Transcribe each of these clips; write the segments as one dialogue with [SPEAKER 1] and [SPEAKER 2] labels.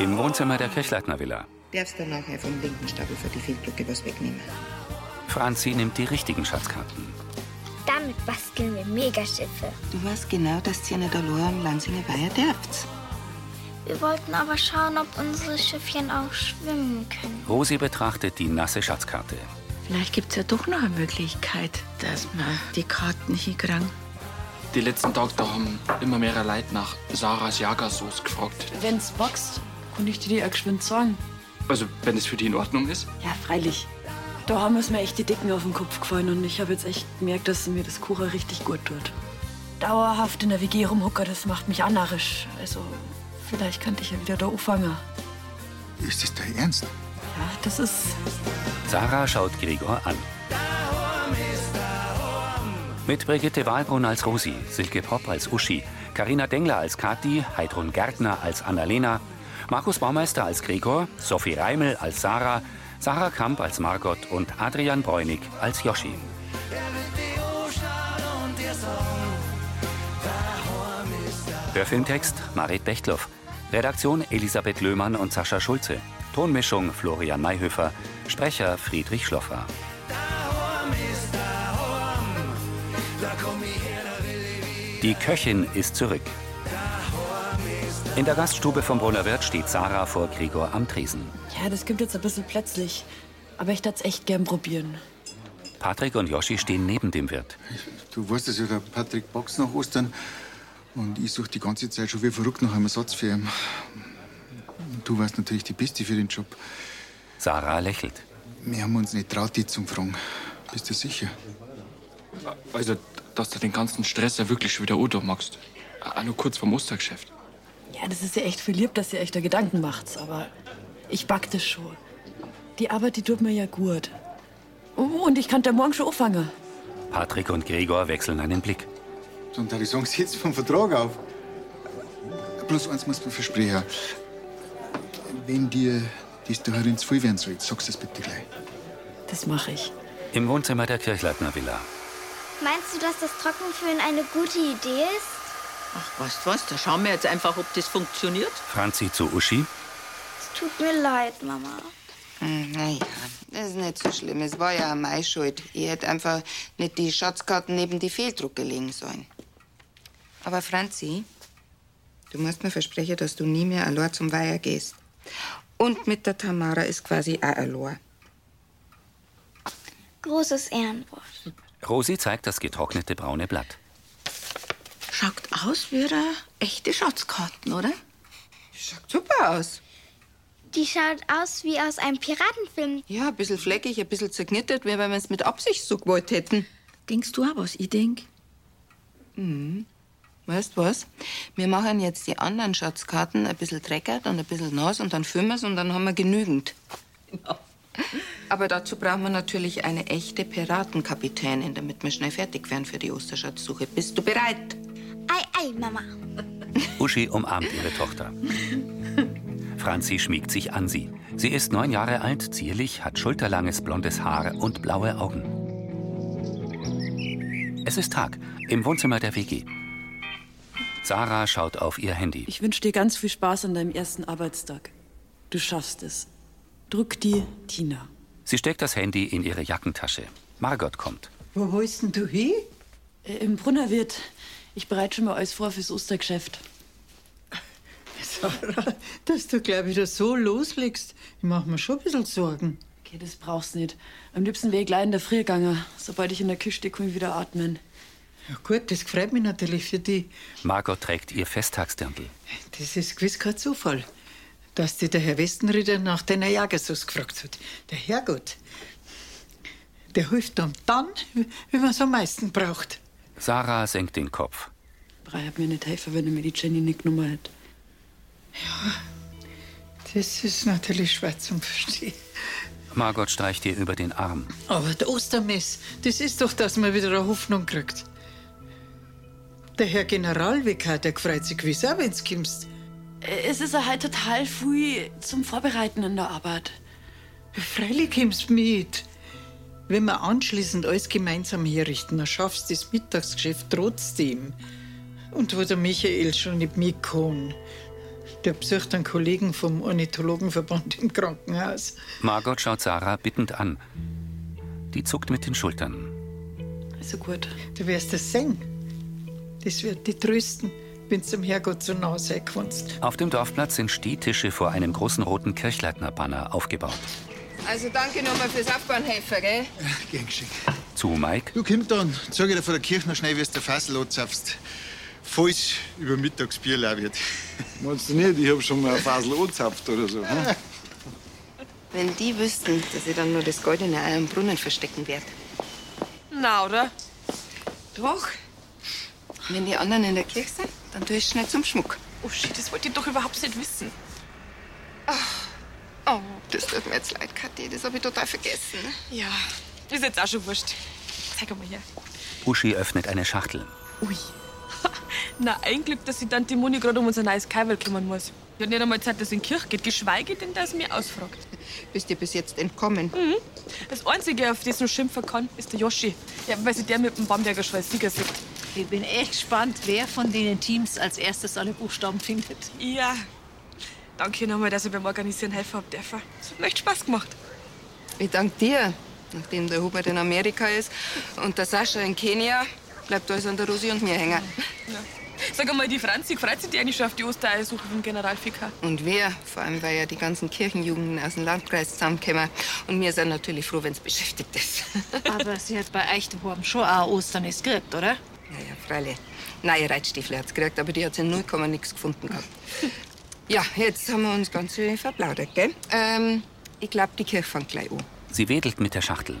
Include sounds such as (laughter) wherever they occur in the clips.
[SPEAKER 1] Im Wohnzimmer der Kirchleitner Villa.
[SPEAKER 2] Darfst du nachher vom linken Stapel für die Fehlbrücke was wegnehmen?
[SPEAKER 1] Franzi nimmt die richtigen Schatzkarten.
[SPEAKER 3] Damit basteln wir Megaschiffe.
[SPEAKER 2] Du weißt genau, dass ihr nicht allein am Lansinger Weiher dürft.
[SPEAKER 3] Wir wollten aber schauen, ob unsere Schiffchen auch schwimmen können.
[SPEAKER 1] Rosi betrachtet die nasse Schatzkarte.
[SPEAKER 4] Vielleicht gibt es ja doch noch eine Möglichkeit, dass man die Karten hinkriegen.
[SPEAKER 5] Die letzten Tage da haben immer mehr Leute nach Sarahs Jagersauce gefragt.
[SPEAKER 6] Wenn's wächst, kann ich dir die auch geschwind sagen.
[SPEAKER 5] Also, wenn es für die in Ordnung ist.
[SPEAKER 6] Ja, freilich. Da haben es mir echt die Dicken auf den Kopf gefallen und ich habe jetzt echt gemerkt, dass mir das Kuchen richtig gut tut. Dauerhaft in der WG rumhucker, das macht mich anarisch. Also, vielleicht könnte ich ja wieder da anfangen.
[SPEAKER 7] Ist das dein Ernst?
[SPEAKER 6] Ja, das ist.
[SPEAKER 1] Sarah schaut Gregor an. Mit Brigitte Wahlbrunn als Rosi, Silke Popp als Uschi, Karina Dengler als Kathi, Heidrun Gärtner als Annalena, Markus Baumeister als Gregor, Sophie Reimel als Sarah, Sarah Kamp als Margot und Adrian Bräunig als Joschi. Hörfilmtext Marit Bechtloff. Redaktion Elisabeth Löhmann und Sascha Schulze. Tonmischung Florian Mayhöfer. Sprecher Friedrich Schloffer. Die Köchin ist zurück. In der Gaststube vom Brunner Wirt steht Sarah vor Gregor am Tresen.
[SPEAKER 6] Ja, das kommt jetzt ein bisschen plötzlich. Aber ich würde es echt gern probieren.
[SPEAKER 1] Patrick und Joschi stehen neben dem Wirt.
[SPEAKER 7] Du weißt es ja, der Patrick boxt nach Ostern. Und ich suche die ganze Zeit schon wie verrückt nach einem Ersatz für ihn. Und Du warst natürlich die Beste für den Job.
[SPEAKER 1] Sarah lächelt.
[SPEAKER 7] Wir haben uns nicht traut, die zum Fragen. Bist du sicher?
[SPEAKER 5] Also, dass du den ganzen Stress ja wirklich schon wieder Udo machst. Auch nur kurz vorm Ostergeschäft.
[SPEAKER 6] Ja, das ist ja echt viel lieb, dass ihr euch da Gedanken macht. Aber ich back das schon. Die Arbeit, die tut mir ja gut. Oh, und ich kann da morgen schon anfangen.
[SPEAKER 1] Patrick und Gregor wechseln einen Blick.
[SPEAKER 7] Dann darf ich sagen, (laughs) jetzt vom Vertrag auf. Bloß eins musst du mir versprechen. Wenn dir das da herin zu viel werden soll, sagst du es bitte gleich.
[SPEAKER 6] Das mache ich.
[SPEAKER 1] Im Wohnzimmer der Kirchleitner Villa.
[SPEAKER 3] Meinst du, dass das Trockenfüllen eine gute Idee ist?
[SPEAKER 8] Ach, weißt du was? Da schauen wir jetzt einfach, ob das funktioniert.
[SPEAKER 1] Franzi zu Uschi.
[SPEAKER 3] Es tut mir leid, Mama.
[SPEAKER 2] Naja, Hm, das ist nicht so schlimm. Es war ja auch meine Schuld. Ich hätte einfach nicht die Schatzkarten neben die Fehldrucke legen sollen. Aber Franzi, du musst mir versprechen, dass du nie mehr allein zum Weiher gehst. Und mit der Tamara ist quasi auch allein.
[SPEAKER 3] Großes Ehrenwort.
[SPEAKER 1] Rosi zeigt das getrocknete braune Blatt.
[SPEAKER 4] Schaut aus wie eine echte Schatzkarten, oder?
[SPEAKER 2] Schaut super aus.
[SPEAKER 3] Die schaut aus wie aus einem Piratenfilm.
[SPEAKER 2] Ja, ein bisschen fleckig, ein bisschen zerknittert, wie wenn wir es mit Absicht so gewollt hätten.
[SPEAKER 4] Denkst du auch was? Ich denk.
[SPEAKER 2] Hm, Weißt was? Wir machen jetzt die anderen Schatzkarten ein bisschen dreckert und ein bisschen nass und dann füllen wir es und dann haben
[SPEAKER 4] (laughs)
[SPEAKER 2] wir genügend. Aber dazu brauchen wir natürlich eine echte Piratenkapitänin, damit wir schnell fertig werden für die Osterschatzsuche. Bist du bereit?
[SPEAKER 3] Ei, ei, Mama.
[SPEAKER 1] Uschi umarmt ihre Tochter. Franzi schmiegt sich an sie. Sie ist neun Jahre alt, zierlich, hat schulterlanges blondes Haar und blaue Augen. Es ist Tag im Wohnzimmer der WG. Sarah schaut auf ihr Handy.
[SPEAKER 6] Ich wünsche dir ganz viel Spaß an deinem ersten Arbeitstag. Du schaffst es. Drück die Tina.
[SPEAKER 1] Sie steckt das Handy in ihre Jackentasche. Margot kommt.
[SPEAKER 9] Wo willst denn du hin?
[SPEAKER 6] Äh, Im Brunner wird. Ich bereite schon mal alles vor fürs Ostergeschäft.
[SPEAKER 9] (laughs) Sarah, dass du gleich wieder so loslegst. Ich mach mir schon ein bisschen Sorgen.
[SPEAKER 6] Okay, das brauchst nicht. Am liebsten wäre ich gleich in der Frierganger. Sobald ich in der Küche stehe, kann ich wieder atmen.
[SPEAKER 9] Ja gut, das freut mich natürlich für dich.
[SPEAKER 1] Margot trägt ihr Festtagsdirndl.
[SPEAKER 9] Das ist gewiss kein Zufall, dass dir der Herr Westenrieder nach deiner Jagersauce gefragt hat. Der Herrgott, der hilft einem dann, wenn man es am meisten braucht.
[SPEAKER 1] Sarah senkt den Kopf.
[SPEAKER 6] Brei hat mir nicht helfen, wenn er mir die Jenny nicht genommen hätte.
[SPEAKER 9] Das ist natürlich schwer zum Verstehen.
[SPEAKER 1] Margot streicht ihr über den Arm.
[SPEAKER 9] Aber der Ostermess, das ist doch, dass man wieder eine Hoffnung kriegt. Der Herr Generalvikar, der freut sich gewiss auch, wenn's kommst.
[SPEAKER 6] Äh, Es ist ja halt total früh zum Vorbereiten in der Arbeit.
[SPEAKER 9] Freilich kommst mit. Wenn wir anschließend alles gemeinsam herrichten, dann schaffst du das Mittagsgeschäft trotzdem. Und wo der Michael schon nicht mitkommt. Der besucht einen Kollegen vom Ornithologenverband im Krankenhaus.
[SPEAKER 1] Margot schaut Sarah bittend an. Die zuckt mit den Schultern.
[SPEAKER 9] Also gut. Du wirst es sehen. Das wird dich trösten, wenn du zum Herrgott so nah sein kannst.
[SPEAKER 1] Auf dem Dorfplatz sind Stehtische vor einem großen roten Kirchleitner-Banner aufgebaut.
[SPEAKER 2] Also danke nochmal fürs Aufbauen helfen, gell?
[SPEAKER 7] Gern geschehen.
[SPEAKER 1] Zu Mike.
[SPEAKER 7] Du komm dann, zeig dir von der Kirche noch schnell, wie du den Fassel anzapfst. Falls über Mittagsbier leer wird.
[SPEAKER 10] Meinst du nicht, ich hab schon mal ein Fasel angezapft oder so. Hm?
[SPEAKER 2] Wenn die wüssten, dass ich dann nur das Gold in einem Brunnen verstecken werde. Na, oder? Doch. Wenn die anderen in der Kirche sind, dann tue ich schnell zum Schmuck.
[SPEAKER 11] Oh shit, das wollt ihr doch überhaupt nicht wissen.
[SPEAKER 2] Oh, das tut mir jetzt leid, Kathi. Das habe ich total vergessen.
[SPEAKER 11] Ja, ist jetzt auch schon wurscht. Zeig mal her.
[SPEAKER 1] Uschi öffnet eine Schachtel.
[SPEAKER 11] Ui. Na, ein Glück, dass die Tante Moni gerade um unser neues Kaiwel kümmern muss. Die hat nicht einmal Zeit, dass sie in die Kirche geht, geschweige denn, dass sie mir ausfragt.
[SPEAKER 2] Bist dir bis jetzt entkommen?
[SPEAKER 11] Mhm. Das Einzige, auf das man schimpfen kann, ist der Joschi. Ja, weil sie der mit dem Bamberger Schweiß Sieger sieht.
[SPEAKER 12] Ich bin echt gespannt, wer von den Teams als erstes alle Buchstaben findet.
[SPEAKER 11] Ja. Danke nochmal, dass ihr beim Organisieren helfen habt dürfen. Es hat mir echt Spaß gemacht.
[SPEAKER 2] Ich danke dir. Nachdem der Hubert in Amerika ist und der Sascha in Kenia, bleibt alles an der Rosi und mir hängen.
[SPEAKER 11] Sag mal, die Franzi freut sich die eigentlich schon auf die Ostereiersuche vom Generalvikar.
[SPEAKER 2] Und wir, vor allem weil ja die ganzen Kirchenjugenden aus dem Landkreis zusammenkommen. Und wir sind natürlich froh, wenn es beschäftigt ist.
[SPEAKER 12] (laughs) Aber sie hat bei euch daheim schon auch Ah, Ostern ist gekriegt, oder?
[SPEAKER 2] Ja, ja, Freilich. Nein, ihr Reitstiefel hat's gekriegt, aber die hat in 0, nichts gefunden (laughs) gehabt. Ja, jetzt haben wir uns ganz schön verplaudert, gell? Ähm, ich glaube, die Kirche fängt gleich an.
[SPEAKER 1] Sie wedelt mit der Schachtel.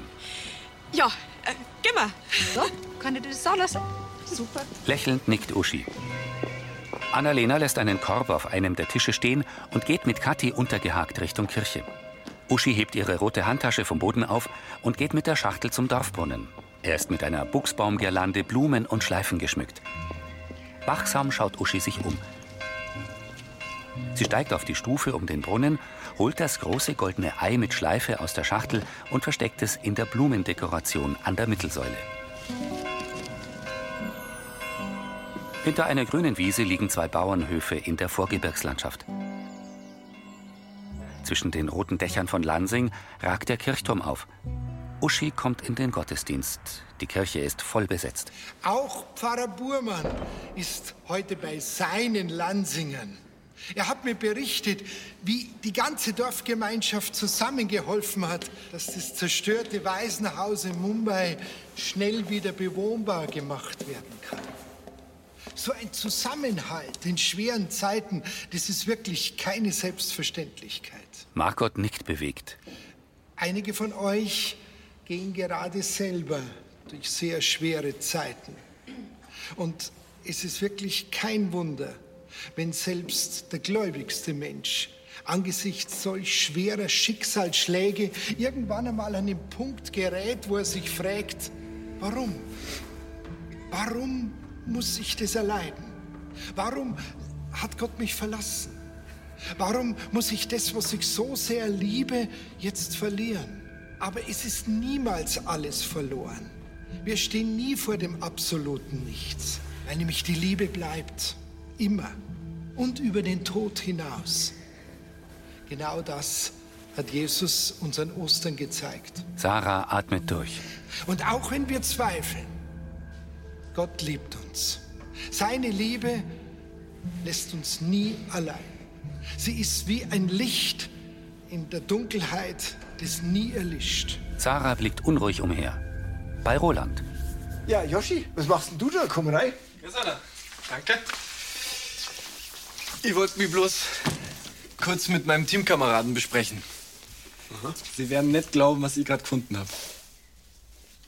[SPEAKER 11] Ja, äh, geh mal.
[SPEAKER 12] So, kann ich dir das auch lassen?
[SPEAKER 2] Super.
[SPEAKER 1] Lächelnd nickt Uschi. Annalena lässt einen Korb auf einem der Tische stehen und geht mit Kathi untergehakt Richtung Kirche. Uschi hebt ihre rote Handtasche vom Boden auf und geht mit der Schachtel zum Dorfbrunnen. Er ist mit einer Buchsbaumgirlande, Blumen und Schleifen geschmückt. Wachsam schaut Uschi sich um. Sie steigt auf die Stufe um den Brunnen, holt das große goldene Ei mit Schleife aus der Schachtel und versteckt es in der Blumendekoration an der Mittelsäule. Hinter einer grünen Wiese liegen zwei Bauernhöfe in der Vorgebirgslandschaft. Zwischen den roten Dächern von Lansing ragt der Kirchturm auf. Uschi kommt in den Gottesdienst. Die Kirche ist voll besetzt.
[SPEAKER 13] Auch Pfarrer Burmann ist heute bei seinen Lansingern. Er hat mir berichtet, wie die ganze Dorfgemeinschaft zusammengeholfen hat, dass das zerstörte Waisenhaus in Mumbai schnell wieder bewohnbar gemacht werden kann. So ein Zusammenhalt in schweren Zeiten, das ist wirklich keine Selbstverständlichkeit.
[SPEAKER 1] Margot nickt bewegt.
[SPEAKER 13] Einige von euch gehen gerade selber durch sehr schwere Zeiten. Und es ist wirklich kein Wunder, wenn selbst der gläubigste Mensch angesichts solch schwerer Schicksalsschläge irgendwann einmal an den Punkt gerät, wo er sich fragt, warum? Warum muss ich das erleiden? Warum hat Gott mich verlassen? Warum muss ich das, was ich so sehr liebe, jetzt verlieren? Aber es ist niemals alles verloren. Wir stehen nie vor dem absoluten Nichts, weil nämlich die Liebe bleibt. Immer. Und über den Tod hinaus. Genau das hat Jesus unseren Ostern gezeigt.
[SPEAKER 1] Sarah atmet durch.
[SPEAKER 13] Und auch wenn wir zweifeln, Gott liebt uns. Seine Liebe lässt uns nie allein. Sie ist wie ein Licht in der Dunkelheit, das nie erlischt.
[SPEAKER 1] Sarah blickt unruhig umher. Bei Roland.
[SPEAKER 14] Ja, Yoshi, was machst denn du da? Komm rein.
[SPEAKER 5] Grüß Danke. Ich wollte mich bloß kurz mit meinem Teamkameraden besprechen. Sie werden nicht glauben, was ich gerade gefunden habe.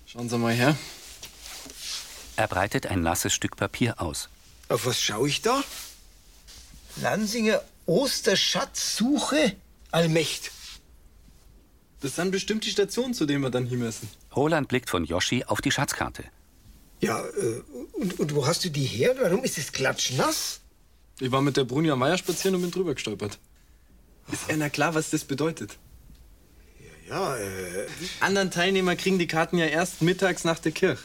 [SPEAKER 5] Schauen Sie mal her.
[SPEAKER 1] Er breitet ein nasses Stück Papier aus.
[SPEAKER 14] Auf was schaue ich da? Lansinger Osterschatzsuche Allmächt.
[SPEAKER 5] Das sind bestimmt die Stationen, zu denen wir dann hin müssen.
[SPEAKER 1] Roland blickt von Yoshi auf die Schatzkarte.
[SPEAKER 14] Ja, äh, und, und wo hast du die her? Warum ist es klatschnass?
[SPEAKER 5] Ich war mit der Brunja Meier spazieren und bin drüber gestolpert. Ist einer klar, was das bedeutet?
[SPEAKER 14] Ja, äh,
[SPEAKER 5] Die anderen Teilnehmer kriegen die Karten ja erst mittags nach der Kirche.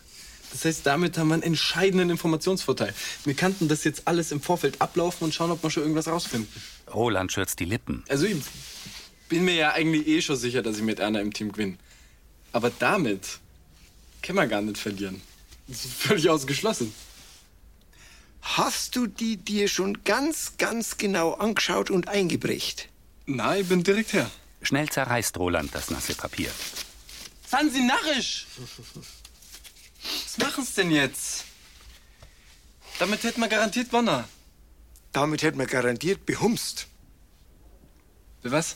[SPEAKER 5] Das heißt, damit haben wir einen entscheidenden Informationsvorteil. Wir kannten das jetzt alles im Vorfeld ablaufen und schauen, ob wir schon irgendwas rausfinden.
[SPEAKER 1] Roland schürzt die Lippen.
[SPEAKER 5] Also ich bin mir ja eigentlich eh schon sicher, dass ich mit Erna im Team gewinne. Aber damit kann man gar nicht verlieren. Das ist völlig ausgeschlossen.
[SPEAKER 14] Hast du die dir schon ganz, ganz genau angeschaut und eingeprägt?
[SPEAKER 5] Nein, ich bin direkt her.
[SPEAKER 1] Schnell zerreißt Roland das nasse Papier.
[SPEAKER 5] Sind Sie narrisch? Was machen Sie denn jetzt? Damit hätten wir garantiert gewonnen.
[SPEAKER 14] Damit hätten wir garantiert behumst.
[SPEAKER 5] Was?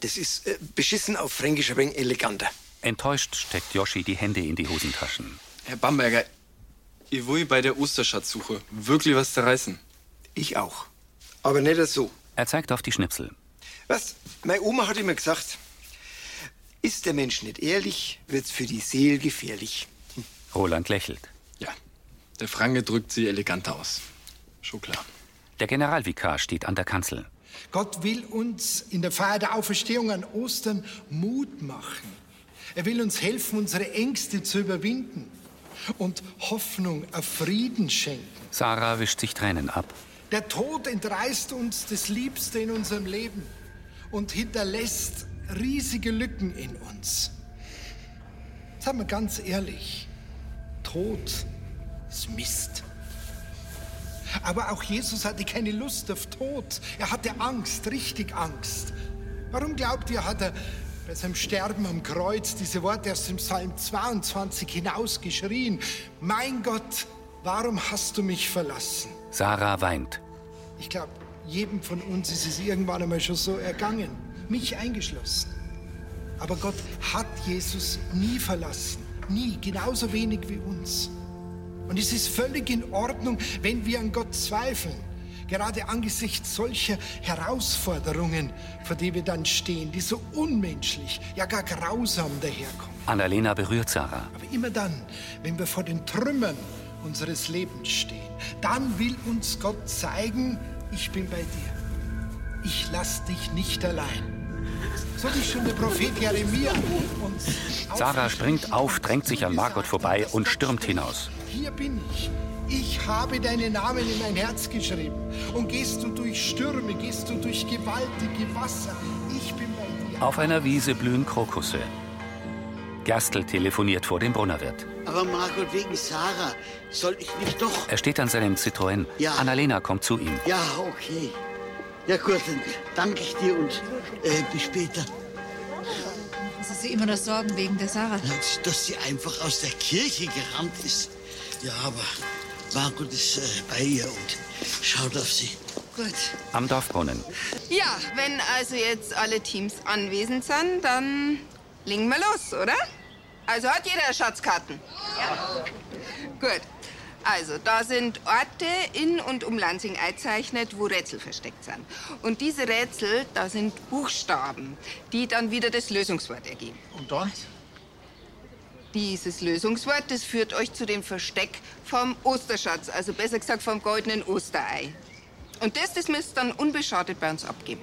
[SPEAKER 14] Das ist äh, beschissen auf Fränkisch ein wenig eleganter.
[SPEAKER 1] Enttäuscht steckt Joschi die Hände in die Hosentaschen.
[SPEAKER 5] Herr Bamberger, ich will bei der Osterschatzsuche wirklich was zerreißen.
[SPEAKER 14] Ich auch. Aber
[SPEAKER 13] ne-
[SPEAKER 14] nicht so.
[SPEAKER 1] Er zeigt auf die Schnipsel.
[SPEAKER 14] Was? Meine Oma hat immer gesagt, ist der Mensch nicht ehrlich, wird's für die Seele gefährlich.
[SPEAKER 1] Roland lächelt.
[SPEAKER 5] Ja, der Franke drückt sie elegant aus. Schon klar.
[SPEAKER 1] Der Generalvikar steht an der Kanzel.
[SPEAKER 13] Gott will uns in der Feier der Auferstehung an Ostern Mut machen. Er will uns helfen, unsere Ängste zu überwinden und Hoffnung auf Frieden schenken.
[SPEAKER 1] Sarah wischt sich Tränen ab.
[SPEAKER 13] Der Tod entreißt uns das Liebste in unserem Leben und hinterlässt riesige Lücken in uns. Sagen wir ganz ehrlich, Tod ist Mist. Aber auch Jesus hatte keine Lust auf Tod. Er hatte Angst, richtig Angst. Warum glaubt ihr, hat er bei seinem Sterben am Kreuz diese Worte aus dem Psalm 22 hinausgeschrien? Mein Gott, warum hast du mich verlassen?
[SPEAKER 1] Sarah weint.
[SPEAKER 13] Ich glaube, jedem von uns ist es irgendwann einmal schon so ergangen, mich eingeschlossen. Aber Gott hat Jesus nie verlassen, nie, genauso wenig wie uns. Und es ist völlig in Ordnung, wenn wir an Gott zweifeln. Gerade angesichts solcher Herausforderungen, vor denen wir dann stehen, die so unmenschlich, ja gar grausam daherkommen.
[SPEAKER 1] Annalena berührt Sarah.
[SPEAKER 13] Aber immer dann, wenn wir vor den Trümmern unseres Lebens stehen, dann will uns Gott zeigen, ich bin bei dir. Ich lass dich nicht allein. So wie schon der Prophet Jeremia uns
[SPEAKER 1] Sarah springt auf, drängt sich an Margot vorbei und stürmt hinaus.
[SPEAKER 13] Hier bin ich. Ich habe deinen Namen in mein Herz geschrieben. Und gehst du durch Stürme, gehst du durch gewaltige Wasser. Ich bin bei dir.
[SPEAKER 1] Auf einer Wiese blühen Krokusse. Gerstl telefoniert vor dem Brunnerwirt.
[SPEAKER 15] Aber Margot, wegen Sarah soll ich nicht doch.
[SPEAKER 1] Er steht an seinem Citroën.
[SPEAKER 15] Ja.
[SPEAKER 1] Annalena kommt zu ihm.
[SPEAKER 15] Ja, okay. Ja, gut, dann danke ich dir und äh, bis später.
[SPEAKER 12] Das ist immer das Sorgen wegen der Sarah.
[SPEAKER 15] Dass, dass sie einfach aus der Kirche gerannt ist. Ja, aber Margot ist äh, bei ihr und schaut auf sie.
[SPEAKER 2] Gut.
[SPEAKER 1] Am Dorfbrunnen.
[SPEAKER 2] Ja, wenn also jetzt alle Teams anwesend sind, dann legen wir los, oder? Also hat jeder Schatzkarten? Ja. Gut. Also, da sind Orte in und um Lansing eingezeichnet, wo Rätsel versteckt sind. Und diese Rätsel, da sind Buchstaben, die dann wieder das Lösungswort ergeben.
[SPEAKER 15] Und dann?
[SPEAKER 2] Dieses Lösungswort, das führt euch zu dem Versteck vom Osterschatz, also besser gesagt vom goldenen Osterei. Und das, das müsst ihr dann unbeschadet bei uns abgeben.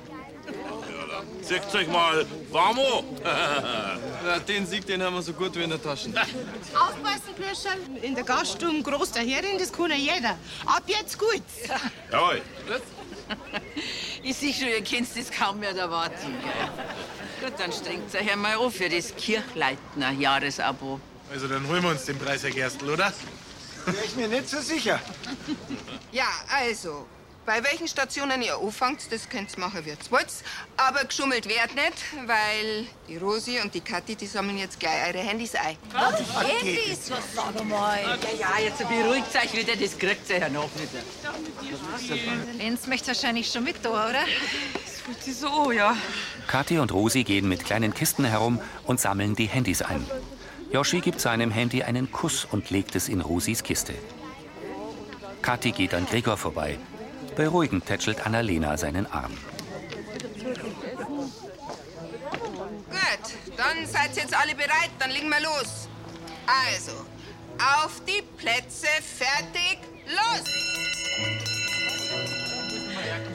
[SPEAKER 16] Seht euch mal, Vamo!
[SPEAKER 5] (laughs) Na, den Sieg, den haben wir so gut wie in der Tasche.
[SPEAKER 17] Aufpassen, Bürscherl. In der Gaststube groß der Herrin, das kann ja jeder. Ab jetzt gut.
[SPEAKER 16] Jawohl.
[SPEAKER 18] Ich sehe schon, ihr könnt das kaum mehr erwarten. Gell? Gut, dann strengt euch einmal auf für das Kirchleitner-Jahresabo.
[SPEAKER 19] Also dann holen wir uns den Preis, Herr Gerstl, oder?
[SPEAKER 14] Wäre ich mir nicht so sicher.
[SPEAKER 2] Ja, also, bei welchen Stationen ihr anfangt, das könnt's machen, wird's wollt's. Aber geschummelt wird nicht, weil die Rosi und die Kathi, die sammeln jetzt gleich ihre Handys ein.
[SPEAKER 18] Was? Handys? Was sag mal? Ja, ja, jetzt beruhigt euch wieder, das kriegt ihr ja noch wieder.
[SPEAKER 12] Lenz möchte wahrscheinlich schon mit da, oder?
[SPEAKER 11] Das fühlt sich so an, ja.
[SPEAKER 1] Kathi und Rosi gehen mit kleinen Kisten herum und sammeln die Handys ein. Yoshi gibt seinem Handy einen Kuss und legt es in Rosis Kiste. Kathi geht an Gregor vorbei. Beruhigend tätschelt Annalena seinen Arm.
[SPEAKER 2] Gut, dann seid jetzt alle bereit, dann legen wir los. Also, auf die Plätze, fertig, los!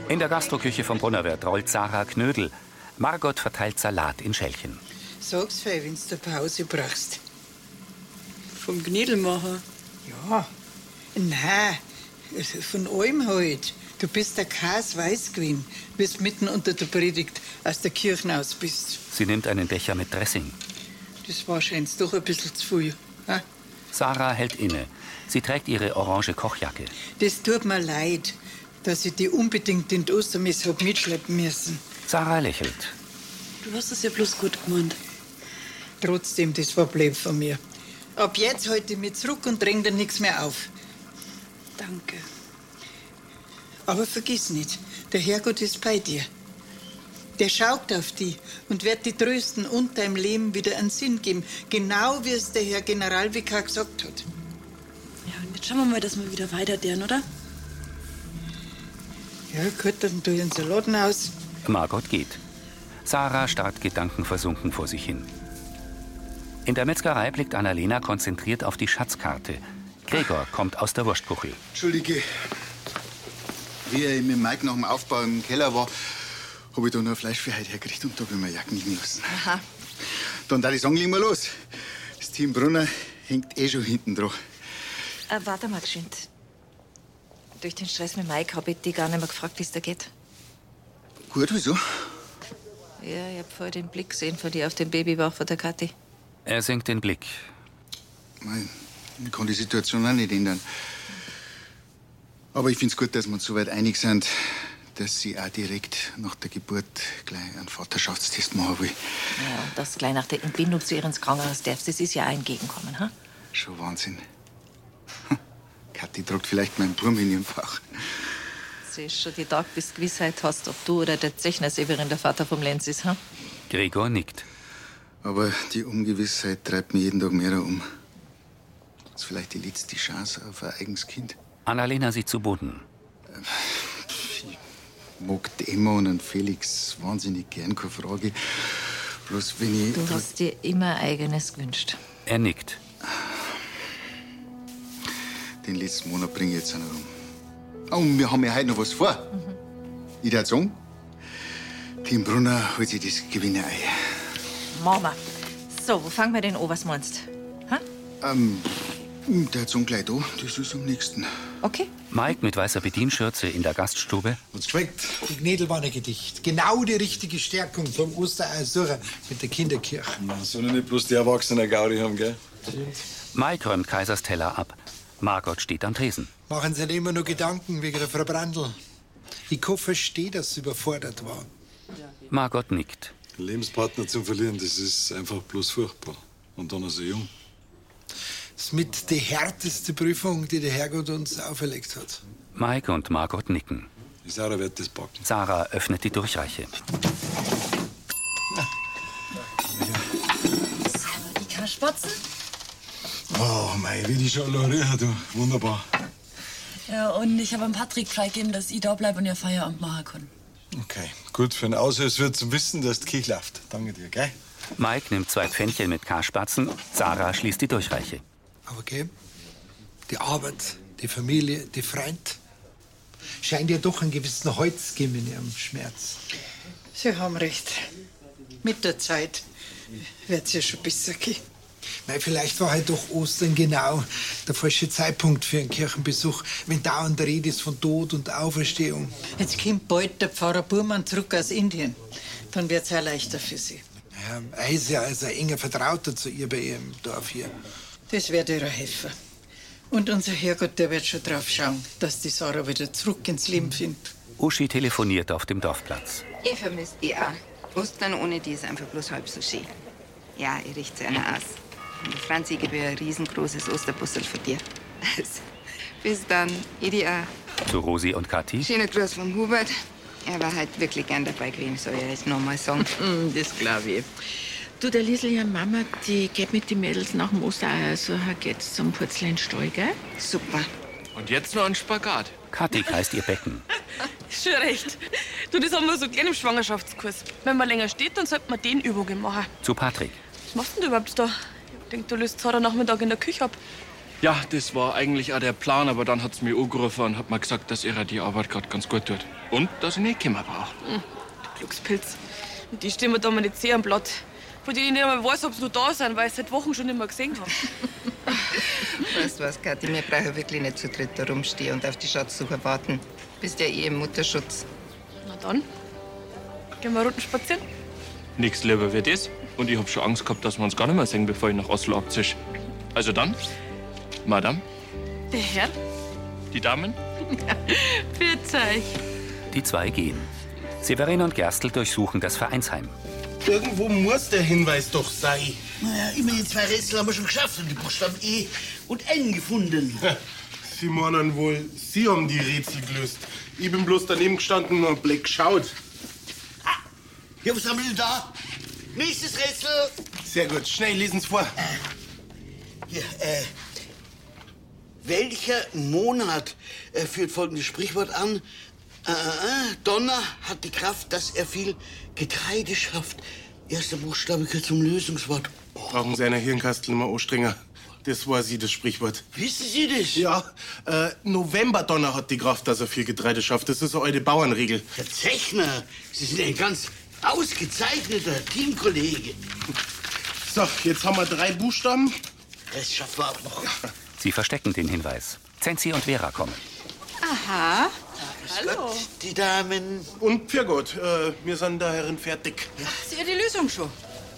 [SPEAKER 1] In der Gastroküche vom Brunnerwirt rollt Sarah Knödel. Margot verteilt Salat in Schälchen.
[SPEAKER 9] Sag's fein, wenn's du Pause brauchst.
[SPEAKER 8] Vom Gnädelmacher.
[SPEAKER 9] Ja. Nein, von allem halt. Du bist der Kas weiß gewesen, bis mitten unter der Predigt aus der Kirche aus bist.
[SPEAKER 1] Sie nimmt einen Becher mit Dressing.
[SPEAKER 9] Das war scheinbar doch ein bisschen zu viel. ha?
[SPEAKER 1] Sarah hält inne. Sie trägt ihre orange Kochjacke.
[SPEAKER 9] Das tut mir leid, dass ich die unbedingt in die Ostermesse hab mitschleppen müssen.
[SPEAKER 1] Sarah lächelt.
[SPEAKER 9] Du hast es ja bloß gut gemeint. Trotzdem, das war blöd von mir. Ab jetzt halte ich mich zurück und dräng dir nichts mehr auf. Danke. Aber vergiss nicht, der Herrgott ist bei dir. Der schaut auf dich und wird dich trösten und deinem Leben wieder einen Sinn geben. Genau wie es der Herr Generalvikar gesagt hat.
[SPEAKER 6] Ja, und jetzt schauen wir mal, dass wir wieder weiter deren, oder?
[SPEAKER 9] Ja, gut, dann tu ich den Salaten aus.
[SPEAKER 1] Margot geht. Sarah starrt gedankenversunken vor sich hin. In der Metzgerei blickt Annalena konzentriert auf die Schatzkarte. Gregor kommt aus der Wurstkuchel.
[SPEAKER 7] Entschuldige. Wie ich mit Mike nach dem Aufbau im Keller war, habe ich da nur Fleisch für heute hergekriegt und da habe ich meine Jacke liegen lassen.
[SPEAKER 12] Aha.
[SPEAKER 7] Dann darf ich sagen, legen wir los. Das Team Brunner hängt eh schon hinten dran.
[SPEAKER 12] Äh, warte mal geschwind. Durch den Stress mit Mike habe ich dich gar nicht mehr gefragt, wie es dir geht.
[SPEAKER 7] Gut, wieso?
[SPEAKER 12] Ja, ich hab vorher den Blick gesehen von dir auf den Babybauch von der Kathi.
[SPEAKER 1] Er senkt den Blick.
[SPEAKER 7] Nein, ich kann die Situation auch nicht ändern. Aber ich finde es gut, dass wir uns so weit einig sind, dass sie auch direkt nach der Geburt gleich einen Vaterschaftstest machen will.
[SPEAKER 12] Ja, und das gleich nach der Entbindung zu ihr ins Krankenhaus darfst, das ist ja ein Gegenkommen, ha?
[SPEAKER 7] Schon Wahnsinn. (laughs) Kathi drückt vielleicht meinen Burm in ihrem Bauch.
[SPEAKER 12] Das ist schon die Tag, bis du Gewissheit hast, ob du oder der Zechner Severin der Vater vom Lenz ist, ha?
[SPEAKER 1] Gregor nickt.
[SPEAKER 7] Aber die Ungewissheit treibt mir jeden Tag mehr um. Das ist vielleicht die letzte Chance auf ein eigenes Kind.
[SPEAKER 1] Annalena sieht zu Boden.
[SPEAKER 7] Ich mag die Emma und den Felix wahnsinnig gern, keine Frage. Bloß wenn ich.
[SPEAKER 12] Du hast dir immer eigenes gewünscht.
[SPEAKER 1] Er nickt.
[SPEAKER 7] Den letzten Monat bringe ich jetzt auch noch um. Oh, und wir haben ja heute noch was vor.
[SPEAKER 12] Mhm.
[SPEAKER 7] Ich würde sagen, Team Brunner holt sich das Gewinner ein.
[SPEAKER 12] Mama. So, wo fangen wir denn an, was meinst
[SPEAKER 7] Ähm, der hat so gleich da, das ist am nächsten.
[SPEAKER 12] Okay.
[SPEAKER 1] Mike mit weißer Bedienschürze in der Gaststube.
[SPEAKER 20] Hat's geschmeckt? Die Gnädelwanne Gedicht. Genau die richtige Stärkung vom Ostereisurrer mit der Kinderkirche.
[SPEAKER 5] Sollen nicht bloß die Erwachsenen Gaudi haben, gell?
[SPEAKER 1] Mike räumt Kaisers Teller ab. Margot steht am Tresen.
[SPEAKER 20] Machen Sie immer nur Gedanken wegen der Frau Brandl. Ich kann verstehen, dass sie überfordert war.
[SPEAKER 1] Margot nickt.
[SPEAKER 10] Lebenspartner zu verlieren, das ist einfach bloß furchtbar. Und dann noch so jung.
[SPEAKER 20] Das ist mit die härteste Prüfung, die der Herrgott uns auferlegt hat.
[SPEAKER 1] Mike und Margot nicken.
[SPEAKER 10] Sarah wird das packen.
[SPEAKER 1] Sarah öffnet die Durchreiche.
[SPEAKER 12] Ich kann spatzen.
[SPEAKER 10] Oh, mei, wie die schon allein riecht, du. Wunderbar.
[SPEAKER 6] Ja, und ich habe dem Patrick freigegeben, dass ich da bleibe und ihr Feierabend machen kann.
[SPEAKER 10] Okay, gut, für einen Aushilfs wird zum Wissen, dass die Kirche läuft. Danke dir, gell?
[SPEAKER 1] Mike nimmt zwei Pfännchen mit Karspatzen. Sarah schließt die Durchreiche.
[SPEAKER 20] Aber gell, die Arbeit, die Familie, die Freund, scheint ja doch einen gewissen Holz zu geben in ihrem Schmerz.
[SPEAKER 9] Sie haben recht. Mit der Zeit wird's ja schon besser gehen.
[SPEAKER 20] Mei, vielleicht war halt doch Ostern genau der falsche Zeitpunkt für einen Kirchenbesuch, wenn dauernd die Rede ist von Tod und Auferstehung.
[SPEAKER 9] Jetzt kommt bald der Pfarrer Burmann zurück aus Indien. Dann wird's auch leichter für sie.
[SPEAKER 20] Ja, er ist ja also ein enger Vertrauter zu ihr bei ihrem Dorf hier.
[SPEAKER 9] Das wird ihrer helfen. Und unser Herrgott, der wird schon drauf schauen, dass die Sarah wieder zurück ins Leben findet.
[SPEAKER 1] Uschi telefoniert auf dem Dorfplatz.
[SPEAKER 2] Ich vermisse die auch. Ostern ohne die ist einfach bloß halb so schön. Ja, ich richte einer aus. Und der Franzi gibt ihr ein riesengroßes Osterbussel für dir. Also, bis dann, ich dir auch.
[SPEAKER 1] Zu Rosi und Kathi.
[SPEAKER 2] Schöner Gruß vom Hubert. Er war halt wirklich gern dabei gewesen, soll ich jetzt nochmal
[SPEAKER 8] (laughs)
[SPEAKER 2] sagen.
[SPEAKER 8] Mm, Das glaube ich.
[SPEAKER 4] Du, der Liesel, ihre Mama, die geht mit den Mädels nach dem Ostereier, so geht's zum Purzelnstall,
[SPEAKER 18] (laughs)
[SPEAKER 4] gell?
[SPEAKER 2] Super.
[SPEAKER 1] Und jetzt noch ein Spagat. Kathi kreist ihr Becken.
[SPEAKER 11] Schon recht. Du, das haben wir so gern im Schwangerschaftskurs. Wenn man länger steht, dann sollte man den Übungen machen.
[SPEAKER 1] Zu Patrick.
[SPEAKER 11] Was machst denn du überhaupt da? Ich denk, du löst heute Nachmittag in der Küche ab.
[SPEAKER 21] Ja, das war eigentlich auch der Plan, aber dann hat's mir angerufen und hat mir gesagt, dass er die Arbeit gerade ganz gut tut. Und dass ich nicht kümmern brauche.
[SPEAKER 11] Hm, Du Glückspilz. Und die stehen mir da mal nicht sehr am Blatt. Von denen ich nicht einmal weiß, ob sie noch da sind, weil ich seit Wochen schon nicht mehr gesehen habe.
[SPEAKER 2] Weißt du was, Kathi, wir brauchen wirklich nicht zu dritt herumstehen und auf die Schatzsuche warten. Bist ja eh im Mutterschutz.
[SPEAKER 11] Na dann. Gehen wir Runden spazieren?
[SPEAKER 21] Nix lieber wird das. Und ich hab schon Angst gehabt, dass wir uns gar nicht mehr sehen, bevor ich nach Oslo abzisch. Also dann, Madame,
[SPEAKER 11] (laughs) Der Herr?
[SPEAKER 21] die Damen.
[SPEAKER 11] Pfiat euch.
[SPEAKER 1] Die zwei gehen. Severin und Gerstl durchsuchen das Vereinsheim.
[SPEAKER 3] Irgendwo muss der Hinweis doch sein.
[SPEAKER 15] Naja, immerhin zwei Rätsel haben wir schon geschafft und die Buchstaben E und N gefunden.
[SPEAKER 3] Sie meinen wohl, Sie haben die Rätsel gelöst. Ich bin bloß daneben gestanden und hab Black geschaut.
[SPEAKER 15] Ah, Ja, was haben wir denn da? Nächstes Rätsel.
[SPEAKER 3] Sehr gut, schnell lesen Sie vor.
[SPEAKER 15] Ah. Hier, äh, welcher Monat äh, führt folgendes Sprichwort an? Äh, äh, Donner hat die Kraft, dass er viel Getreide schafft. Erster Buchstabe gehört zum Lösungswort.
[SPEAKER 3] Brauchen Sie einer Hirnkastel immer Ostringer. Das war sie, das Sprichwort.
[SPEAKER 15] Wissen Sie das?
[SPEAKER 3] Ja, äh, Novemberdonner hat die Kraft, dass er viel Getreide schafft. Das ist eine alte Bauernregel.
[SPEAKER 15] Herr Zechner, Sie sind ein ganz ausgezeichneter Teamkollege.
[SPEAKER 3] So, jetzt haben wir drei Buchstaben.
[SPEAKER 15] Das schaffen wir auch noch.
[SPEAKER 1] Sie verstecken den Hinweis. Zenzi und Vera kommen.
[SPEAKER 15] Aha. Hallo. Gott, die Damen.
[SPEAKER 3] Und für Gott, äh, wir sind da Herren fertig.
[SPEAKER 8] Seht ihr die Lösung schon?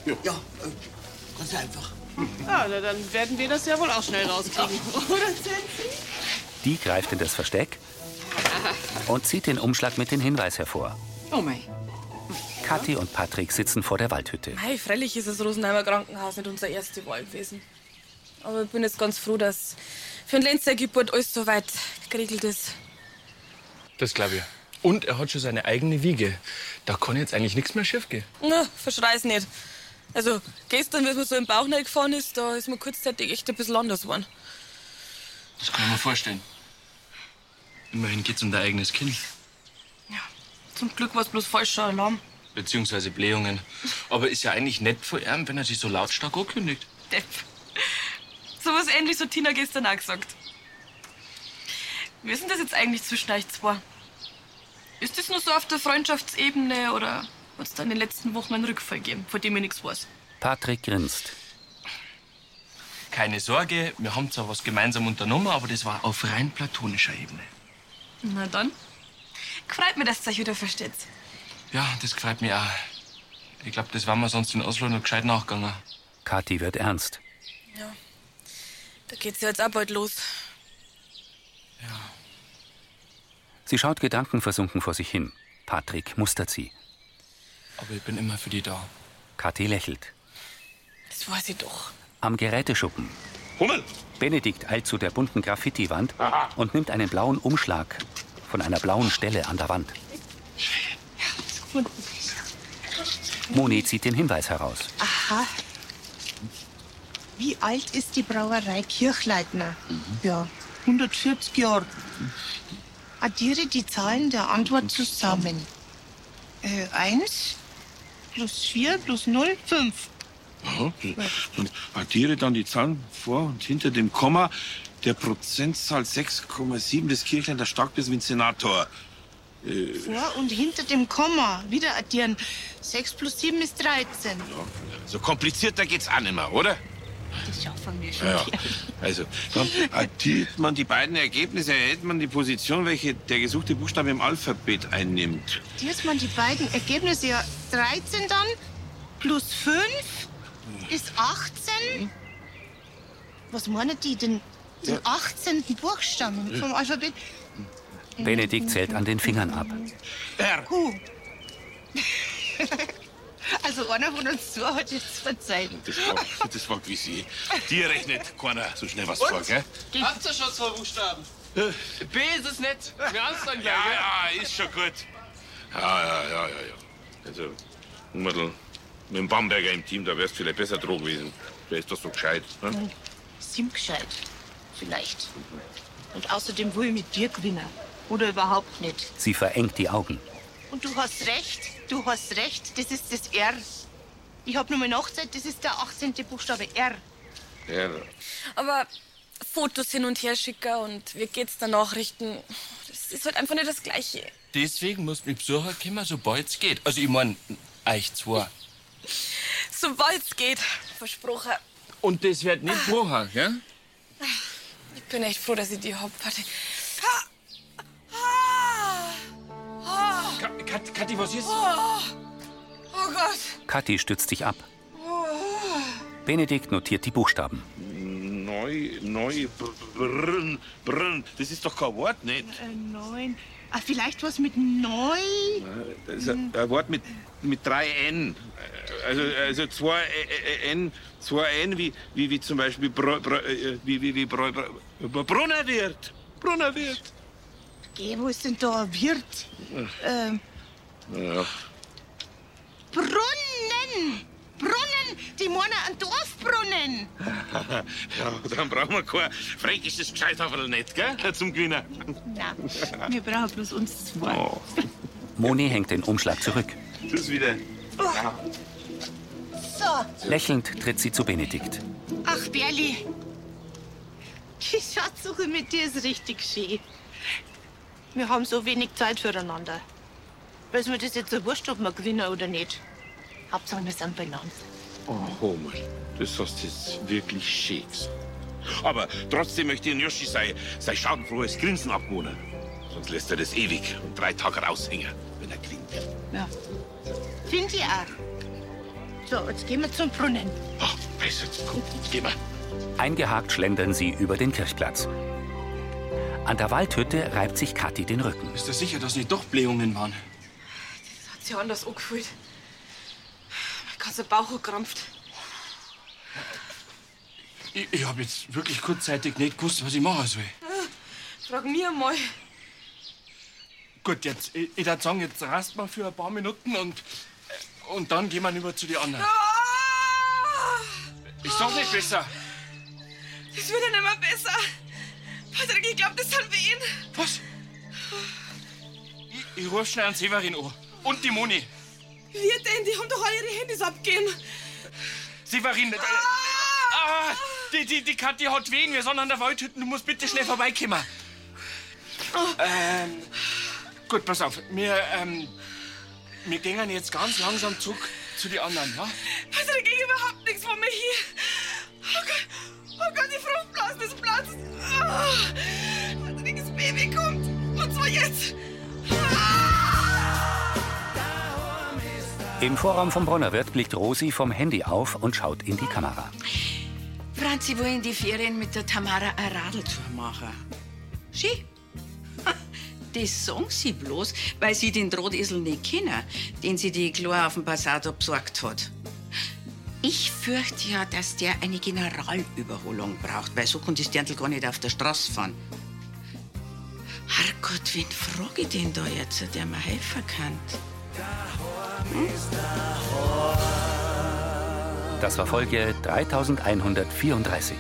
[SPEAKER 3] Ja.
[SPEAKER 15] äh, ganz einfach.
[SPEAKER 17] Ja, na, dann werden wir das ja wohl auch schnell rauskriegen.
[SPEAKER 22] (laughs)
[SPEAKER 17] Oder, Zenzi?
[SPEAKER 1] Die greift in das Versteck und zieht den Umschlag mit dem Hinweis hervor.
[SPEAKER 8] Oh mein.
[SPEAKER 1] Kathi und Patrick sitzen vor der Waldhütte.
[SPEAKER 11] Mei, freilich ist das Rosenheimer Krankenhaus nicht unser erste Wahl gewesen. Aber ich bin jetzt ganz froh, dass für den Lenz der Geburt alles so weit geregelt ist.
[SPEAKER 21] Das glaube ich. Und er hat schon seine eigene Wiege. Da kann jetzt eigentlich nichts mehr schief gehen.
[SPEAKER 11] Na, verschrei's nicht. Also, gestern, wie es mir so im Bauch gefahren ist, da ist mir kurzzeitig echt ein bisschen anders geworden.
[SPEAKER 21] Das kann ich mir vorstellen. Immerhin geht's um dein eigenes Kind.
[SPEAKER 11] Zum Glück war es bloß falscher Alarm.
[SPEAKER 21] Beziehungsweise Blähungen. Aber ist ja eigentlich nett von ihm, wenn er sich so lautstark ankündigt.
[SPEAKER 11] Depp. So was ähnliches hat Tina gestern auch gesagt. Wie ist denn das jetzt eigentlich zwischen euch zwei? Ist das nur so auf der Freundschaftsebene oder hat es da in den letzten Wochen einen Rückfall gegeben, von dem ich nichts weiß?
[SPEAKER 1] Patrick grinst.
[SPEAKER 21] Keine Sorge, wir haben zwar was gemeinsam unternommen, aber das war auf rein platonischer Ebene.
[SPEAKER 11] Na dann. Freut mich, dass ihr euch wieder versteht.
[SPEAKER 21] Ja, das gefällt mir auch. Ich glaube, das waren wir sonst in Oslo noch gescheit nachgegangen.
[SPEAKER 1] Kathi wird ernst.
[SPEAKER 11] Ja. Da geht's ja jetzt auch bald los.
[SPEAKER 1] Sie schaut gedankenversunken vor sich hin. Patrick mustert sie.
[SPEAKER 21] Aber ich bin immer für die da.
[SPEAKER 1] Kathi lächelt.
[SPEAKER 11] Das weiß ich doch.
[SPEAKER 1] Am Geräteschuppen.
[SPEAKER 16] Hummel!
[SPEAKER 1] Benedikt eilt zu der bunten Graffiti-Wand und nimmt einen blauen Umschlag von einer blauen Stelle an der Wand. Moni zieht den Hinweis heraus.
[SPEAKER 22] Aha. Wie alt ist die Brauerei Kirchleitner? Ja, 140 Jahre. Addiere die Zahlen der Antwort zusammen. Äh, 1 plus 4 plus 0, 5.
[SPEAKER 16] Aha. Und addiere dann die Zahlen vor und hinter dem Komma der Prozentzahl 6,7 des Kirchländer Starkbiss mit Senator. Äh,
[SPEAKER 22] Vor und hinter dem Komma. Wieder addieren. 6 plus 7 ist 13.
[SPEAKER 16] so komplizierter geht's auch nicht mehr, oder?
[SPEAKER 22] Das schaffen wir schon.
[SPEAKER 16] Ja, ja. Also, dann addiert man die beiden Ergebnisse, erhält man die Position, welche der gesuchte Buchstabe im Alphabet einnimmt.
[SPEAKER 22] Addiert man die beiden Ergebnisse ja 13 dann plus 5 ist
[SPEAKER 16] Hm.
[SPEAKER 22] 18. Was meinen die denn? Den 18. Buchstaben vom Alphabet?
[SPEAKER 1] Benedikt zählt an den Fingern ab.
[SPEAKER 16] R.
[SPEAKER 22] Q. (laughs) Also einer von uns zu hat jetzt verzeiht.
[SPEAKER 16] Das war, das war wie sie. Die rechnet keiner so schnell was
[SPEAKER 22] Und?
[SPEAKER 16] vor, gell?
[SPEAKER 19] Habt ihr schon zwei Buchstaben?
[SPEAKER 21] Äh, B ist es nicht. Wir haben's dann
[SPEAKER 16] Ja, ja, ist schon gut. Ja, ja, ja, ja, ja. Also, Hummerl, mit dem Bamberger im Team, da wärst du vielleicht besser dran gewesen. Der ist doch so gescheit. Ne?
[SPEAKER 22] Sim gescheit. Vielleicht. Und außerdem will ich mit dir gewinnen. Oder überhaupt nicht.
[SPEAKER 1] Sie verengt die Augen.
[SPEAKER 22] Und du hast recht, du hast recht, das ist das R. Ich habe nur mal nachgezählt, das ist der 18. Buchstabe R.
[SPEAKER 16] Ja.
[SPEAKER 11] Aber Fotos hin und her schicken und wie geht's da Nachrichten, das ist halt einfach nicht das Gleiche.
[SPEAKER 21] Deswegen musst du mich besuchen kommen, sobald's geht. Also, ich mein, euch zwei.
[SPEAKER 11] Sobald's geht, versprochen.
[SPEAKER 21] Und das wird nicht gebrochen, gell?
[SPEAKER 11] bin echt froh, dass ich die Hauptparty.
[SPEAKER 21] Kat, Kathi, was ist?
[SPEAKER 11] Oh Gott.
[SPEAKER 1] Kathi stützt sich ab.
[SPEAKER 11] Oh.
[SPEAKER 1] Benedikt notiert die Buchstaben.
[SPEAKER 16] Neu, neu, br- brn, brn. Das ist doch kein Wort, nicht?
[SPEAKER 17] Äh, neun. Ah, vielleicht was mit neu?
[SPEAKER 16] Das ist ein ein Wort mit, mit drei N. Also, also zwei Ä- Ä- N, zwei N wie, wie, wie zum Beispiel Br Br äh, wie, wie, wie Br Br Brunner wird. Brunner wird.
[SPEAKER 22] Geh, wo ist denn da ein Wirt? Ähm,
[SPEAKER 16] Ja.
[SPEAKER 17] Brunnen! Brunnen! Die meinen einen Dorfbrunnen!
[SPEAKER 16] ja, dann brauchen wir kein fränkisches Gescheithafel nicht, gell? Zum Gewinnen.
[SPEAKER 17] Na, wir brauchen bloß uns zwei.
[SPEAKER 21] Oh.
[SPEAKER 1] Moni hängt den Umschlag zurück.
[SPEAKER 16] Tschüss wieder.
[SPEAKER 17] So,
[SPEAKER 1] Lächelnd tritt sie zu Benedikt.
[SPEAKER 17] Ach, Berli. Die Schatzsuche mit dir ist richtig schön. Wir haben so wenig Zeit füreinander. Weiß mir das jetzt so wurscht, ob wir gewinnen oder nicht. Hauptsache, wir sind beieinander.
[SPEAKER 16] Oh, Homer, das hast du jetzt wirklich schick. Aber trotzdem möchte ich den Yoshi sein, sein schadenfrohes Grinsen abwohnen. Sonst lässt er das ewig und drei Tage raushängen, wenn er gewinnt.
[SPEAKER 17] Ja. Finde ich auch. So, jetzt gehen wir zum Brunnen.
[SPEAKER 16] Ach, besser, komm, geh mal.
[SPEAKER 1] Eingehakt schlendern sie über den Kirchplatz. An der Waldhütte reibt sich Kathi den Rücken.
[SPEAKER 21] Ist das sicher, dass nicht doch Blähungen waren?
[SPEAKER 11] Das hat sich anders angefühlt. Mein ganzer Bauch hat krampft.
[SPEAKER 21] Ich, ich hab jetzt wirklich kurzzeitig nicht gewusst, was ich machen soll.
[SPEAKER 11] Frag mir mal.
[SPEAKER 21] Gut, jetzt, ich, ich würd sagen, jetzt rast mal für ein paar Minuten und, äh, und dann gehen wir über zu den anderen.
[SPEAKER 11] Ah!
[SPEAKER 21] Ich sag nicht besser.
[SPEAKER 11] Das wird ja nicht mehr besser. Patrick, ich glaub, das sind wir ihn.
[SPEAKER 21] Was? Ich, ich ruf schnell an Severin an. Und die Moni.
[SPEAKER 11] Wir denn? Die haben doch alle ihre Handys abgegeben.
[SPEAKER 21] Severin, äh, äh, ah, die, die, die Kathi hat wehen. Wir sind an der Waldhütte. Du musst bitte schnell vorbeikommen.
[SPEAKER 11] Ah.
[SPEAKER 21] Ähm, gut, pass auf. Wir, ähm, wir gehen jetzt ganz langsam zurück zu den anderen, ja?
[SPEAKER 11] Patrick, ich überhaupt nichts von mir hier. Oh Gott, oh Gott, die Fruchtblasen ist platzt. Oh, Patrick, das Baby kommt. Und zwar jetzt.
[SPEAKER 1] Im Vorraum vom Brunnerwirt blickt Rosi vom Handy auf und schaut in die Kamera.
[SPEAKER 8] Franzi will in die Ferien mit der Tamara eine Radeltour machen. Ski? (laughs) Das sagen sie bloß, weil sie den Drahtesel nicht kennen, den sie die Chlor auf dem Passado besorgt hat. Ich fürchte ja, dass der eine Generalüberholung braucht, weil so kann das Dirndl gar nicht auf der Straße fahren. Herrgott, wen frage ich denn da jetzt, der mir helfen kann? Hm?
[SPEAKER 1] Das war Folge 3134.